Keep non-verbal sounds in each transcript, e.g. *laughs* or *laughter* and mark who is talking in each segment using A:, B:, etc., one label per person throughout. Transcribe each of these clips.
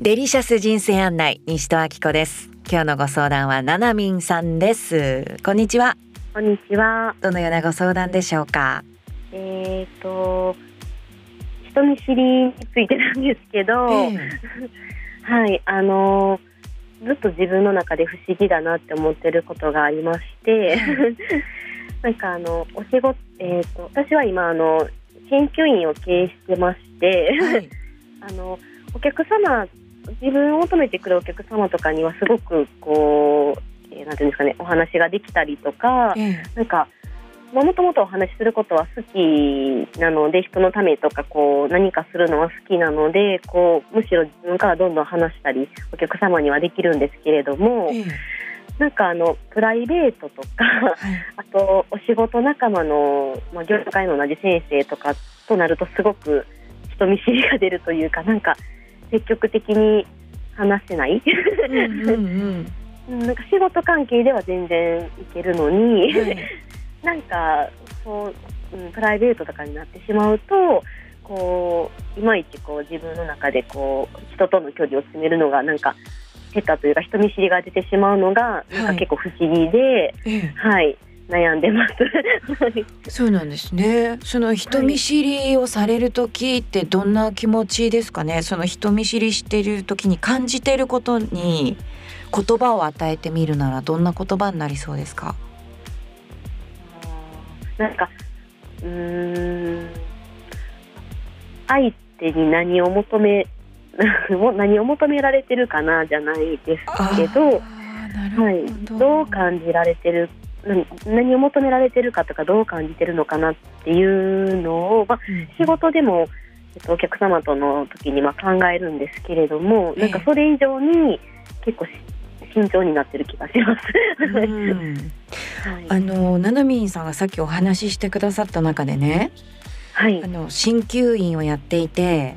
A: デリシャス人生案内西戸明子です今日のご相談はななみんさんですこんにちは
B: こんにちは。
A: どのようなご相談でしょうか
B: えっ、と人見知りについてなんですけど、
A: え
B: はい、あのずっと自分の中で不思議だなって思ってることがありまして、 *laughs* なんかあのお仕事えっ、と私は今あの研究員を経営してまして
A: え、はい
B: あのお客様自分を求めてくるお客様とかにはすごくこう、えーなんていうんですかねお話ができたりとか、
A: ええ
B: なんか、まあ、もともとお話しすることは好きなので人のためとかこう何かするのは好きなのでこうむしろ自分からどんどん話したりお客様にはできるんですけれども
A: ええ
B: なんかあのプライベートとか *laughs*
A: はい
B: あとお仕事仲間の、まあ、業界の同じ先生とかとなるとすごく人見知りが出るというかなんか積極的に話せない、
A: うんうんうん
B: *laughs* なんか仕事関係では全然いけるのに。
A: はい
B: なんかそう、うん、プライベートとかになってしまうとこういまいちこう自分の中でこう人との距離を詰めるのがなんか下手というか人見知りが出てしまうのがなん
A: は
B: か
A: い
B: 結構不思議で、
A: ええ
B: はい悩んでます。はい
A: そうなんですね。その人見知りをされる時ってどんな気持ちですかね。その人見知りしてる時に感じていることに言葉を与えてみるならどんな言葉になりそうですか。
B: なんかうーん相手に何を求め *laughs* 何を求められてるかなじゃないですけど。
A: あーな
B: はい
A: るほ、ど。
B: どう感じられてる何何を求められてるかとかどう感じてるのかなっていうのを、まあ、
A: うん
B: 仕事でも、えっと、お客様との時にまあ考えるんですけれどもなんかそれ以上に結構し慎重になってる気がします。
A: うん
B: *laughs* は
A: あ
B: い
A: のななみんさんがさっきお話ししてくださった中でね、
B: はい
A: あの鍼灸院をやっていて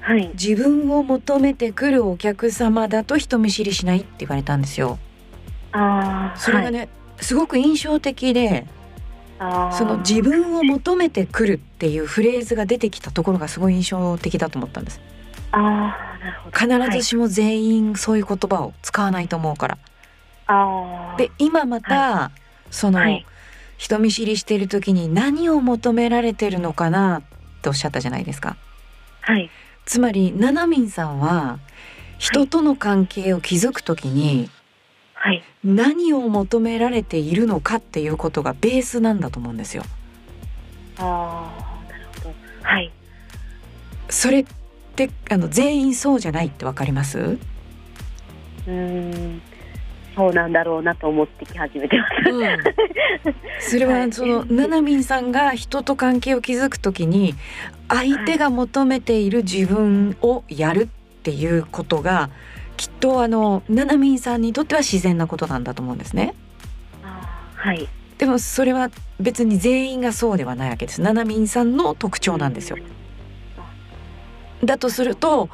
B: はい
A: 自分を求めてくるお客様だと人見知りしないって言われたんですよ。
B: あー
A: それがね、すごく印象的で
B: はい、
A: その自分を求めてくるっていうフレーズが出てきたところがすごい印象的だと思ったんです
B: あーあーなるほど
A: 必ず
B: はい
A: しも全員そういう言葉を使わないと思うから、
B: あー
A: で今また、その、
B: はい
A: 人見知りしてる時に何を求められてるのかなっておっしゃったじゃないですか
B: はい
A: つまりななみんさんは人との関係を築く時に
B: はい
A: 何を求められているのかっていうことがベースなんだと思うんですよ
B: あーなるほどはい
A: それってあの全員そうじゃないってわかります
B: うーんそうなんだろうなと思ってき始めてます。
A: うん、それ
B: は
A: はいそのななみんさんが人と関係を築くときに相手が求めている自分をやるっていうことがきっとあのななみんさんにとっては自然なことなんだと思うんですね。
B: あーはい
A: でもそれは別に全員がそうではないわけです。ななみんさんの特徴なんですよ。だとすると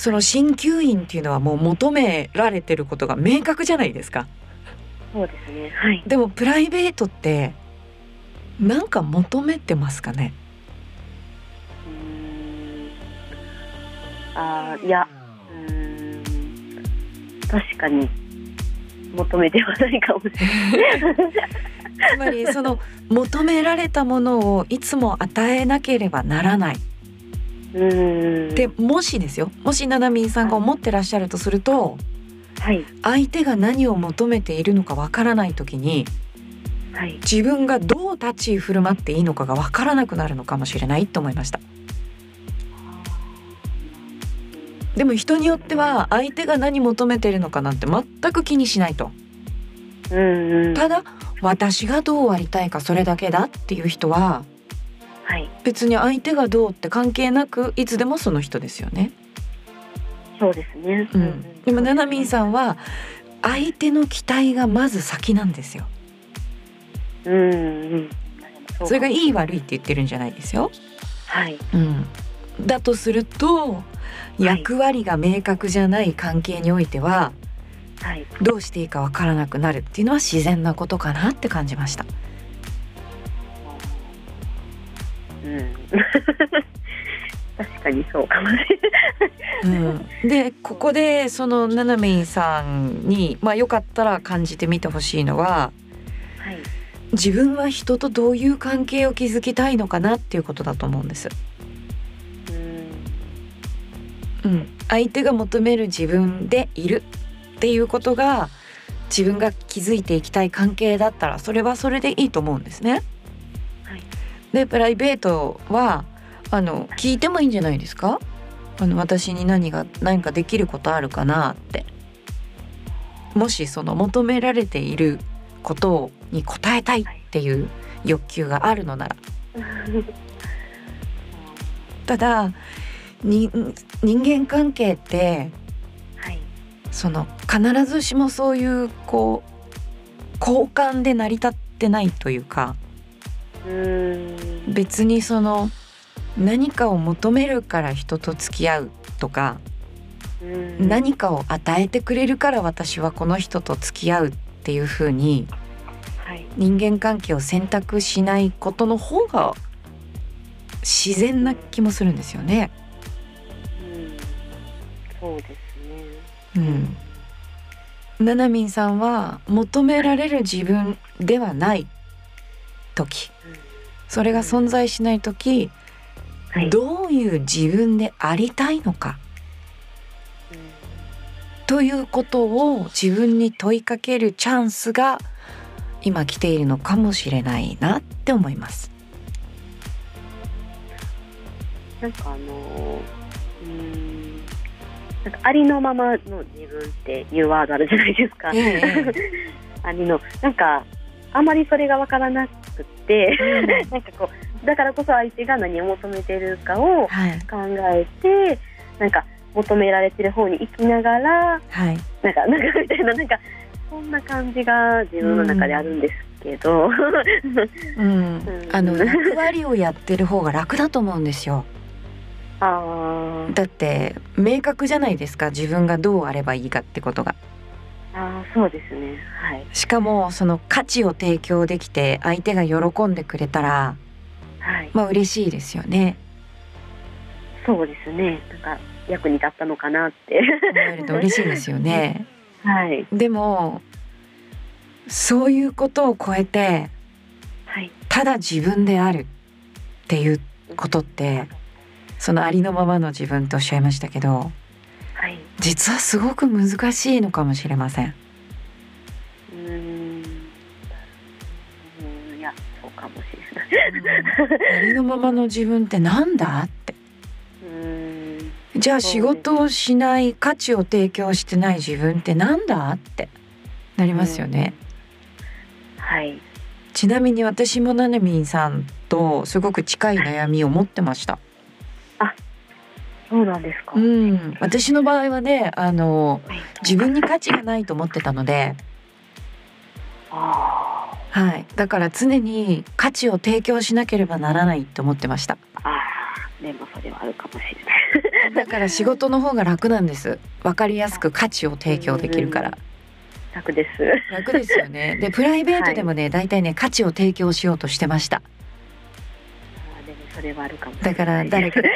A: その鍼灸院っていうのはもう求められてることが明確じゃないですか。
B: そうですね。はい。
A: でもプライベートってなんか求めてますかね。
B: うーんあーいや、うーん確かに求めてはないかもしれない。
A: つまりその *laughs* 求められたものをいつも与えなければならない。
B: うーん
A: でもしですよもしななみんさんが思ってらっしゃるとすると
B: はい
A: 相手が何を求めているのかわからない時に
B: はい。
A: 自分がどう立ち居振る舞っていいのかがわからなくなるのかもしれないと思いました。でも人によっては相手が何求めているのかなんて全く気にしないと。
B: うーん
A: ただ私がどうありたいかそれだけだっていう人は
B: はい
A: 別に相手がどうって関係なくいつでもその人ですよね。
B: そうですね。
A: う、
B: うん
A: でもななみんさんは相手の期待がまず先なんですよ。
B: ん。うんうん。うか
A: それがいい悪いって言ってるんじゃないですよ。
B: はい
A: うん、だとすると
B: い
A: 役割が明確じゃない関係においては
B: はい。
A: どうしていいかわからなくなるっていうのは自然なことかなって感じました。
B: *laughs* うん。確かにそうかもしれ
A: うん、でここでそのななみんさんに、まあ、よかったら感じてみてほしいのは
B: はい
A: 自分は人とどういう関係を築きたいのかなっていうことだと思うんです。
B: うん
A: うん、相手が求める自分でいるっていうことが自分が築いていきたい関係だったらそれはそれでいいと思うんですね。
B: はい
A: でプライベートはあの聞いてもいいんじゃないですかあの私に何が何かできることあるかなってもしその求められていることに応えたいっていう欲求があるのならただに人間関係って
B: はい
A: その必ずしもそういうこう交換で成り立ってないというか
B: うん
A: 別にその何かを求めるから人と付き合うとか、
B: うん
A: 何かを与えてくれるから私はこの人と付き合うっていう風に
B: はい
A: 人間関係を選択しないことの方が自然な気もするんですよね。
B: うんそうですね
A: うん、ななみんさんは求められる自分ではない時それが存在しない時、
B: はい
A: どういう自分でありたいのか
B: うん
A: ということを自分に問いかけるチャンスが今来ているのかもしれないなって思い
B: *laughs*
A: ます。
B: なんかあのうんなんかありのままの自分っていうワードあるじゃないですか
A: ええ
B: *laughs* ありのなんかあまりそれがわからなくって
A: うん
B: *laughs* なんかこうだからこそ相手が何を求めているかを
A: はい
B: 考えてなんか求められてる方に行きながら
A: はい、
B: なんか *laughs* なんかみたいななんかそんな感じが自分の中であるんですけど、
A: うん
B: う、ん
A: あの役割をやってる方が楽だと思うんですよ。
B: *laughs* あー
A: だって明確じゃないですか自分がどうあればいいかってことが
B: あーそうですねはい
A: しかもその価値を提供できて相手が喜んでくれたら
B: はい
A: まあ嬉しいですよね
B: そうですねなんか役に立ったのかなって
A: 思えると嬉しいですよね
B: *laughs* はい
A: でもそういうことを超えて
B: はい
A: ただ自分であるっていうことってそのありのままの自分とおっしゃいましたけど
B: はい
A: 実はすごく難しいのかもしれません
B: うーんうーんいやそうかもしれない
A: ありのままの自分ってなんだって
B: *laughs* うーん
A: じゃあ仕事をしない価値を提供してない自分ってなんだってなりますよね、
B: はい
A: ちなみに私もななみんさんとすごく近い悩みを持ってました、
B: そうなんですか、
A: うん、私の場合はねあの
B: はい
A: 自分に価値がないと思ってたので、
B: あ
A: はい、だから常に価値を提供しなければならないと思ってました
B: ーあーでもそれはあるかもしれない
A: だから仕事の方が楽なんですわかりやすく価値を提供できるから
B: 楽です
A: 楽ですよね。でプライベートでもね、大体ね価値を提供しようとしてました。
B: あーでもそれはあるかもしれ
A: だ
B: ない
A: から誰かが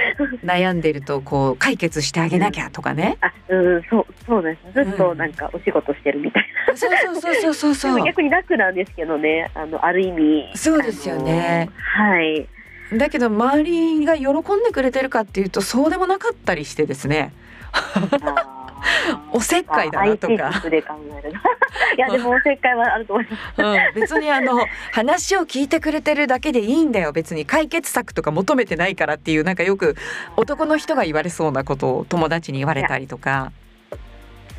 A: 悩んでるとこう解決してあげなきゃとかね。
B: *laughs* あうんそうそうですずっ
A: う
B: と
A: ん
B: なんかお仕事してるみたい
A: そうそうそうそう
B: な、
A: そう
B: で
A: そ
B: も
A: う。
B: 逆に楽なんですけどねあのある意味
A: そうですよね
B: あのはい
A: だけど周りが喜んでくれてるかっていうとそうでもなかったりしてですね。
B: あー
A: *laughs* おせっかいだなとか
B: あ IT で考える *laughs* いやでもおせっかいはあると思います
A: うん、別にあの話を聞いてくれてるだけでいいんだよ別に解決策とか求めてないからっていうなんかよく男の人が言われそうなことを友達に言われたりとか。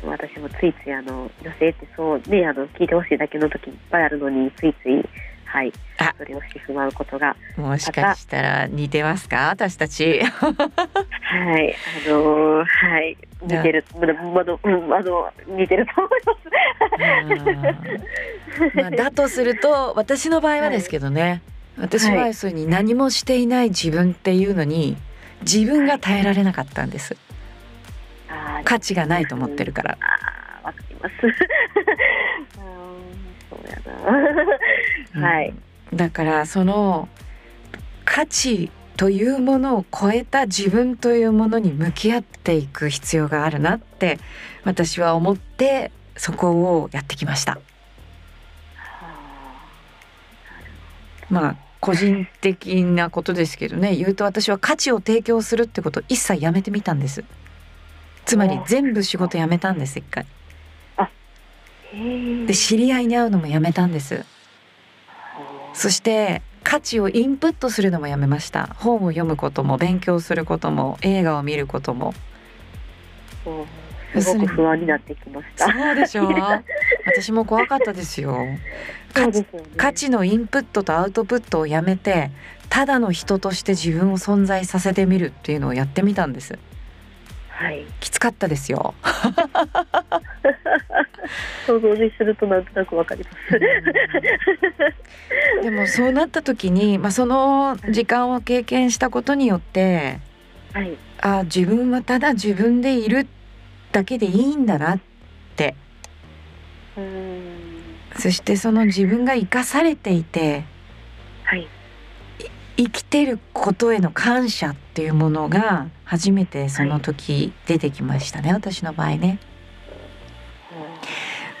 B: 私もついついあの女性ってそうねあの聞いてほしいだけの時いっぱいあるのについついはい
A: あ
B: それをしてしまうことが
A: もしかしたら似てますか私たち。
B: はいあのーはい似てるまだまだうんあの似てると思います
A: うんまあ、だとすると私の場合はですけどね、私はそういうふうに何もしていない自分っていうのに自分が耐えられなかったんです
B: あー
A: 価値がないと思ってるから
B: あーわかります *laughs* うーんそうやな、はい
A: うんだからその価値というものを超えた自分というものに向き合っていく必要があるなって私は思ってそこをやってきました。まあ個人的なことですけどね言うと私は価値を提供するってことを一切やめてみたんですつまり全部仕事辞めたんです一回
B: へえ
A: で知り合いに会うのもやめたんですそして価値をインプットするのもやめました本を読むことも勉強することも映画を見ることも
B: うんすごく不安になってきました。
A: そうでしょ私も怖かったですよ
B: そ
A: 価
B: うで
A: 値
B: すよね。
A: 価値のインプットとアウトプットをやめてただの人として自分を存在させてみるっていうのをやってみたんです
B: はい。
A: きつかったですよ
B: *laughs* 想像でするとなんとなくわかります。
A: でもそうなった時に、まあ、その時間を経験したことによって
B: *laughs* はい。
A: あ自分はただ自分でいるだけでいいんだなって
B: うーん。
A: そしてその自分が生かされていて
B: はい。
A: 生きてることへの感謝っていうものが初めてその時出てきましたね、私の場合ね。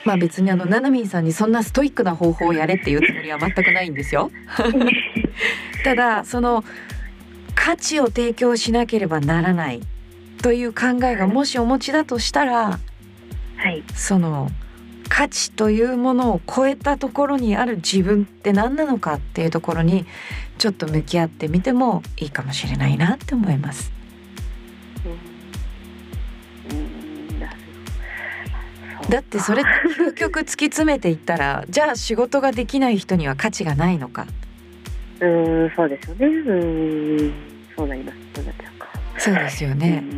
A: まあ別にあのななみんさんにそんなストイックな方法をやれっていうつもりは全くないんですよ。ただその価値を提供しなければならないという考えがもしお持ちだとしたら
B: はい。
A: その価値というものを超えたところにある自分って何なのかっていうところにちょっと向き合ってみてもいいかもしれないなって思います。
B: うんうんなるほど
A: だってそれって究極突き詰めていったらじゃあ仕事ができない人には価値がないのか
B: うーん、そうですよね。うーん、そうなります。そうなっちゃうか。
A: そうですよ
B: う
A: ね。
B: ー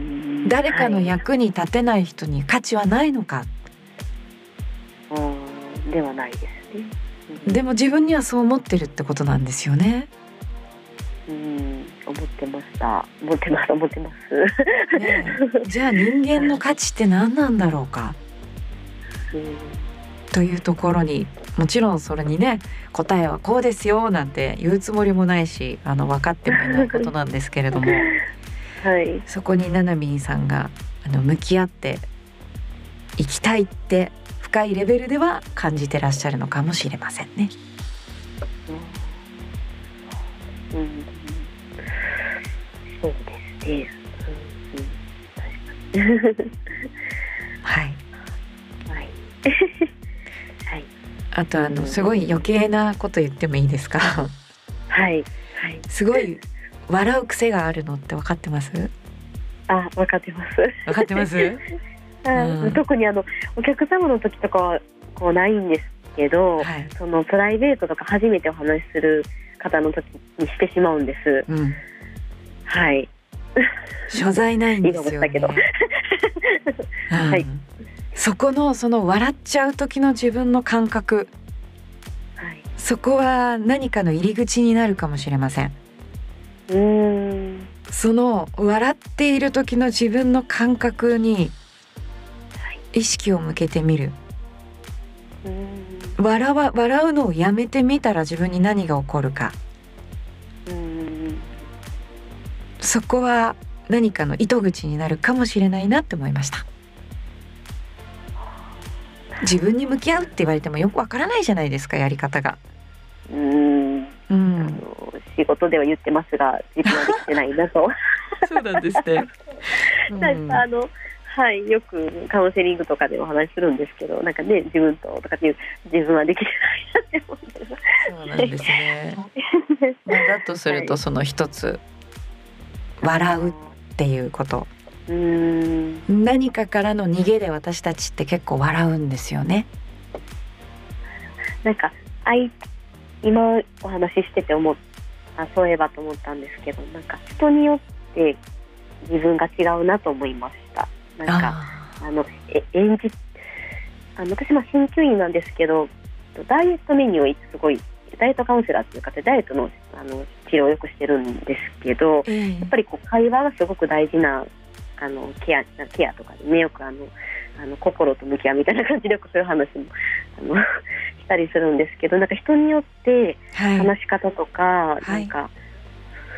B: ん
A: 誰かの、役に立てない人に価値はないのか、
B: はい、うーんではないですね。うん
A: でも自分にはそう思ってるってことなんですよね。
B: うん、思ってました。思ってます。思ってます。
A: ねえじゃあ人間の価値って何なんだろうか
B: うん
A: というところにもちろんそれにね答えはこうですよなんて言うつもりもないしあの分かってもいないことなんですけれども
B: はい。
A: そこにななみんさんがあの向き合っていきたいって深いレベルでは感じてらっしゃるのかもしれませんね。
B: うんうん、そうですね。うんうん、確か
A: はい
B: に。はい。 *laughs* はい。
A: あとあのすごい余計なこと言ってもいいですか
B: はい。はい。
A: すごい笑う癖があるのって分かってます
B: あ、分かってます。
A: 分かってますはいうん
B: 特にあのお客様の時とかはこうないんですけど、そのプライベートとか初めてお話しする方の時にしてしまうんです。
A: うん
B: はい。
A: 所在ないんですよ、ね、 *laughs*
B: 今もし
A: うん
B: はい
A: そこのその笑っちゃう時の自分の感覚
B: はい。
A: そこは何かの入り口になるかもしれません
B: うーん。
A: その笑っている時の自分の感覚に意識を向けてみる
B: うーん。
A: 笑わ笑うのをやめてみたら自分に何が起こるか
B: うーん。
A: そこは何かの糸口になるかもしれないなって思いました自分に向き合うって言われてもよくわからないじゃないですかやり方が
B: うーん
A: う
B: あ
A: ん、
B: の仕事では言ってますが自分はできてないなと、
A: *laughs* そうなんですね、
B: なんかあのはいよくカウンセリングとかでお話しするんですけどなんかね自分ととかっていう自分はできてないなって思ってます
A: そうなんですね、まあ、だとするとその一つ笑うっていうこと
B: うーん
A: 何かからの逃げで私たちって結構笑うんですよね
B: なんか相今お話ししてて思っあそういえばと思ったんですけどなんか人によって自分が違うなと思いましたなんか
A: あ
B: あのえ演じあの私、まあ、鍼灸院なんですけどダイエットメニューをすごいダイエットカウンセラーっていう方でダイエットのあの治療をよくしてるんですけど
A: ーえ
B: やっぱりこう会話がすごく大事なあのケアなケアとかでねよくあのあの心と向き合うみたいな感じでよくそういう話もあの *laughs* したりするんですけどなんか人によって
A: えはい
B: 話し方とか、
A: はい
B: なんか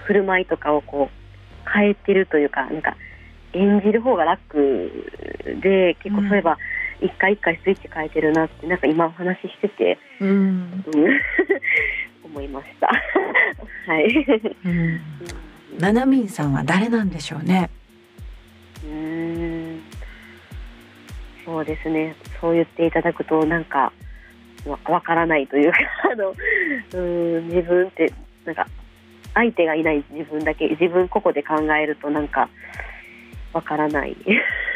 B: 振る舞いとかをこう変えてるというかなんか演じる方が楽で結構そういえば一回一回スイッチ変えてるなってなんか今お話ししてて、
A: うん
B: うん *laughs* 思いましたはい
A: うんななみんさんは誰なんでしょうね。
B: うーんそうですねそう言っていただくとなんかわわからないというか *laughs* あのうーん自分ってなんか相手がいない自分だけ自分個々で考えるとなんかわからない *laughs*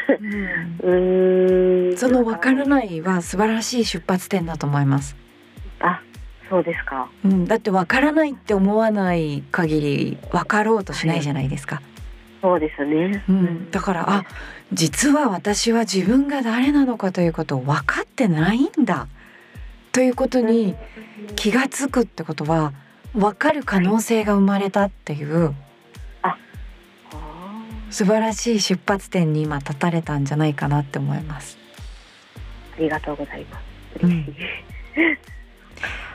B: うーん
A: そのわから
B: い
A: ないは素晴らしい出発点だと思います。
B: あそうですか
A: うん、だってわからないって思わない限りわかろうとしないじゃないですか。
B: そうですね、
A: うん、だからあ実は私は自分が誰なのかということを分かってないんだということに気がつくってことは分かる可能性が生まれたっていう
B: あー
A: 素晴らしい出発点に今立たれたんじゃないかなって思います。
B: ありがとうございます嬉しい、、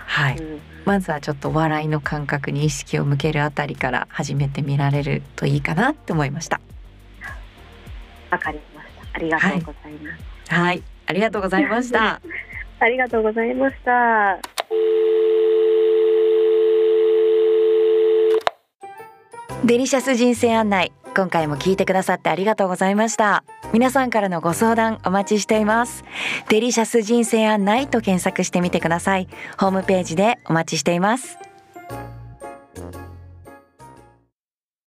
A: はいう
B: ん
A: まずはちょっとお笑いの感覚に意識を向けるあたりから始めてみられるといいかなって思いました。
B: わかりましたありがとうございます、
A: はい、ありがとうございました。
B: ありがとうございました
A: デリシャス人生案内今回も聞いてくださってありがとうございました皆さんからのご相談お待ちしていますデリシャス人生案内と検索してみてくださいホームページでお待ちしています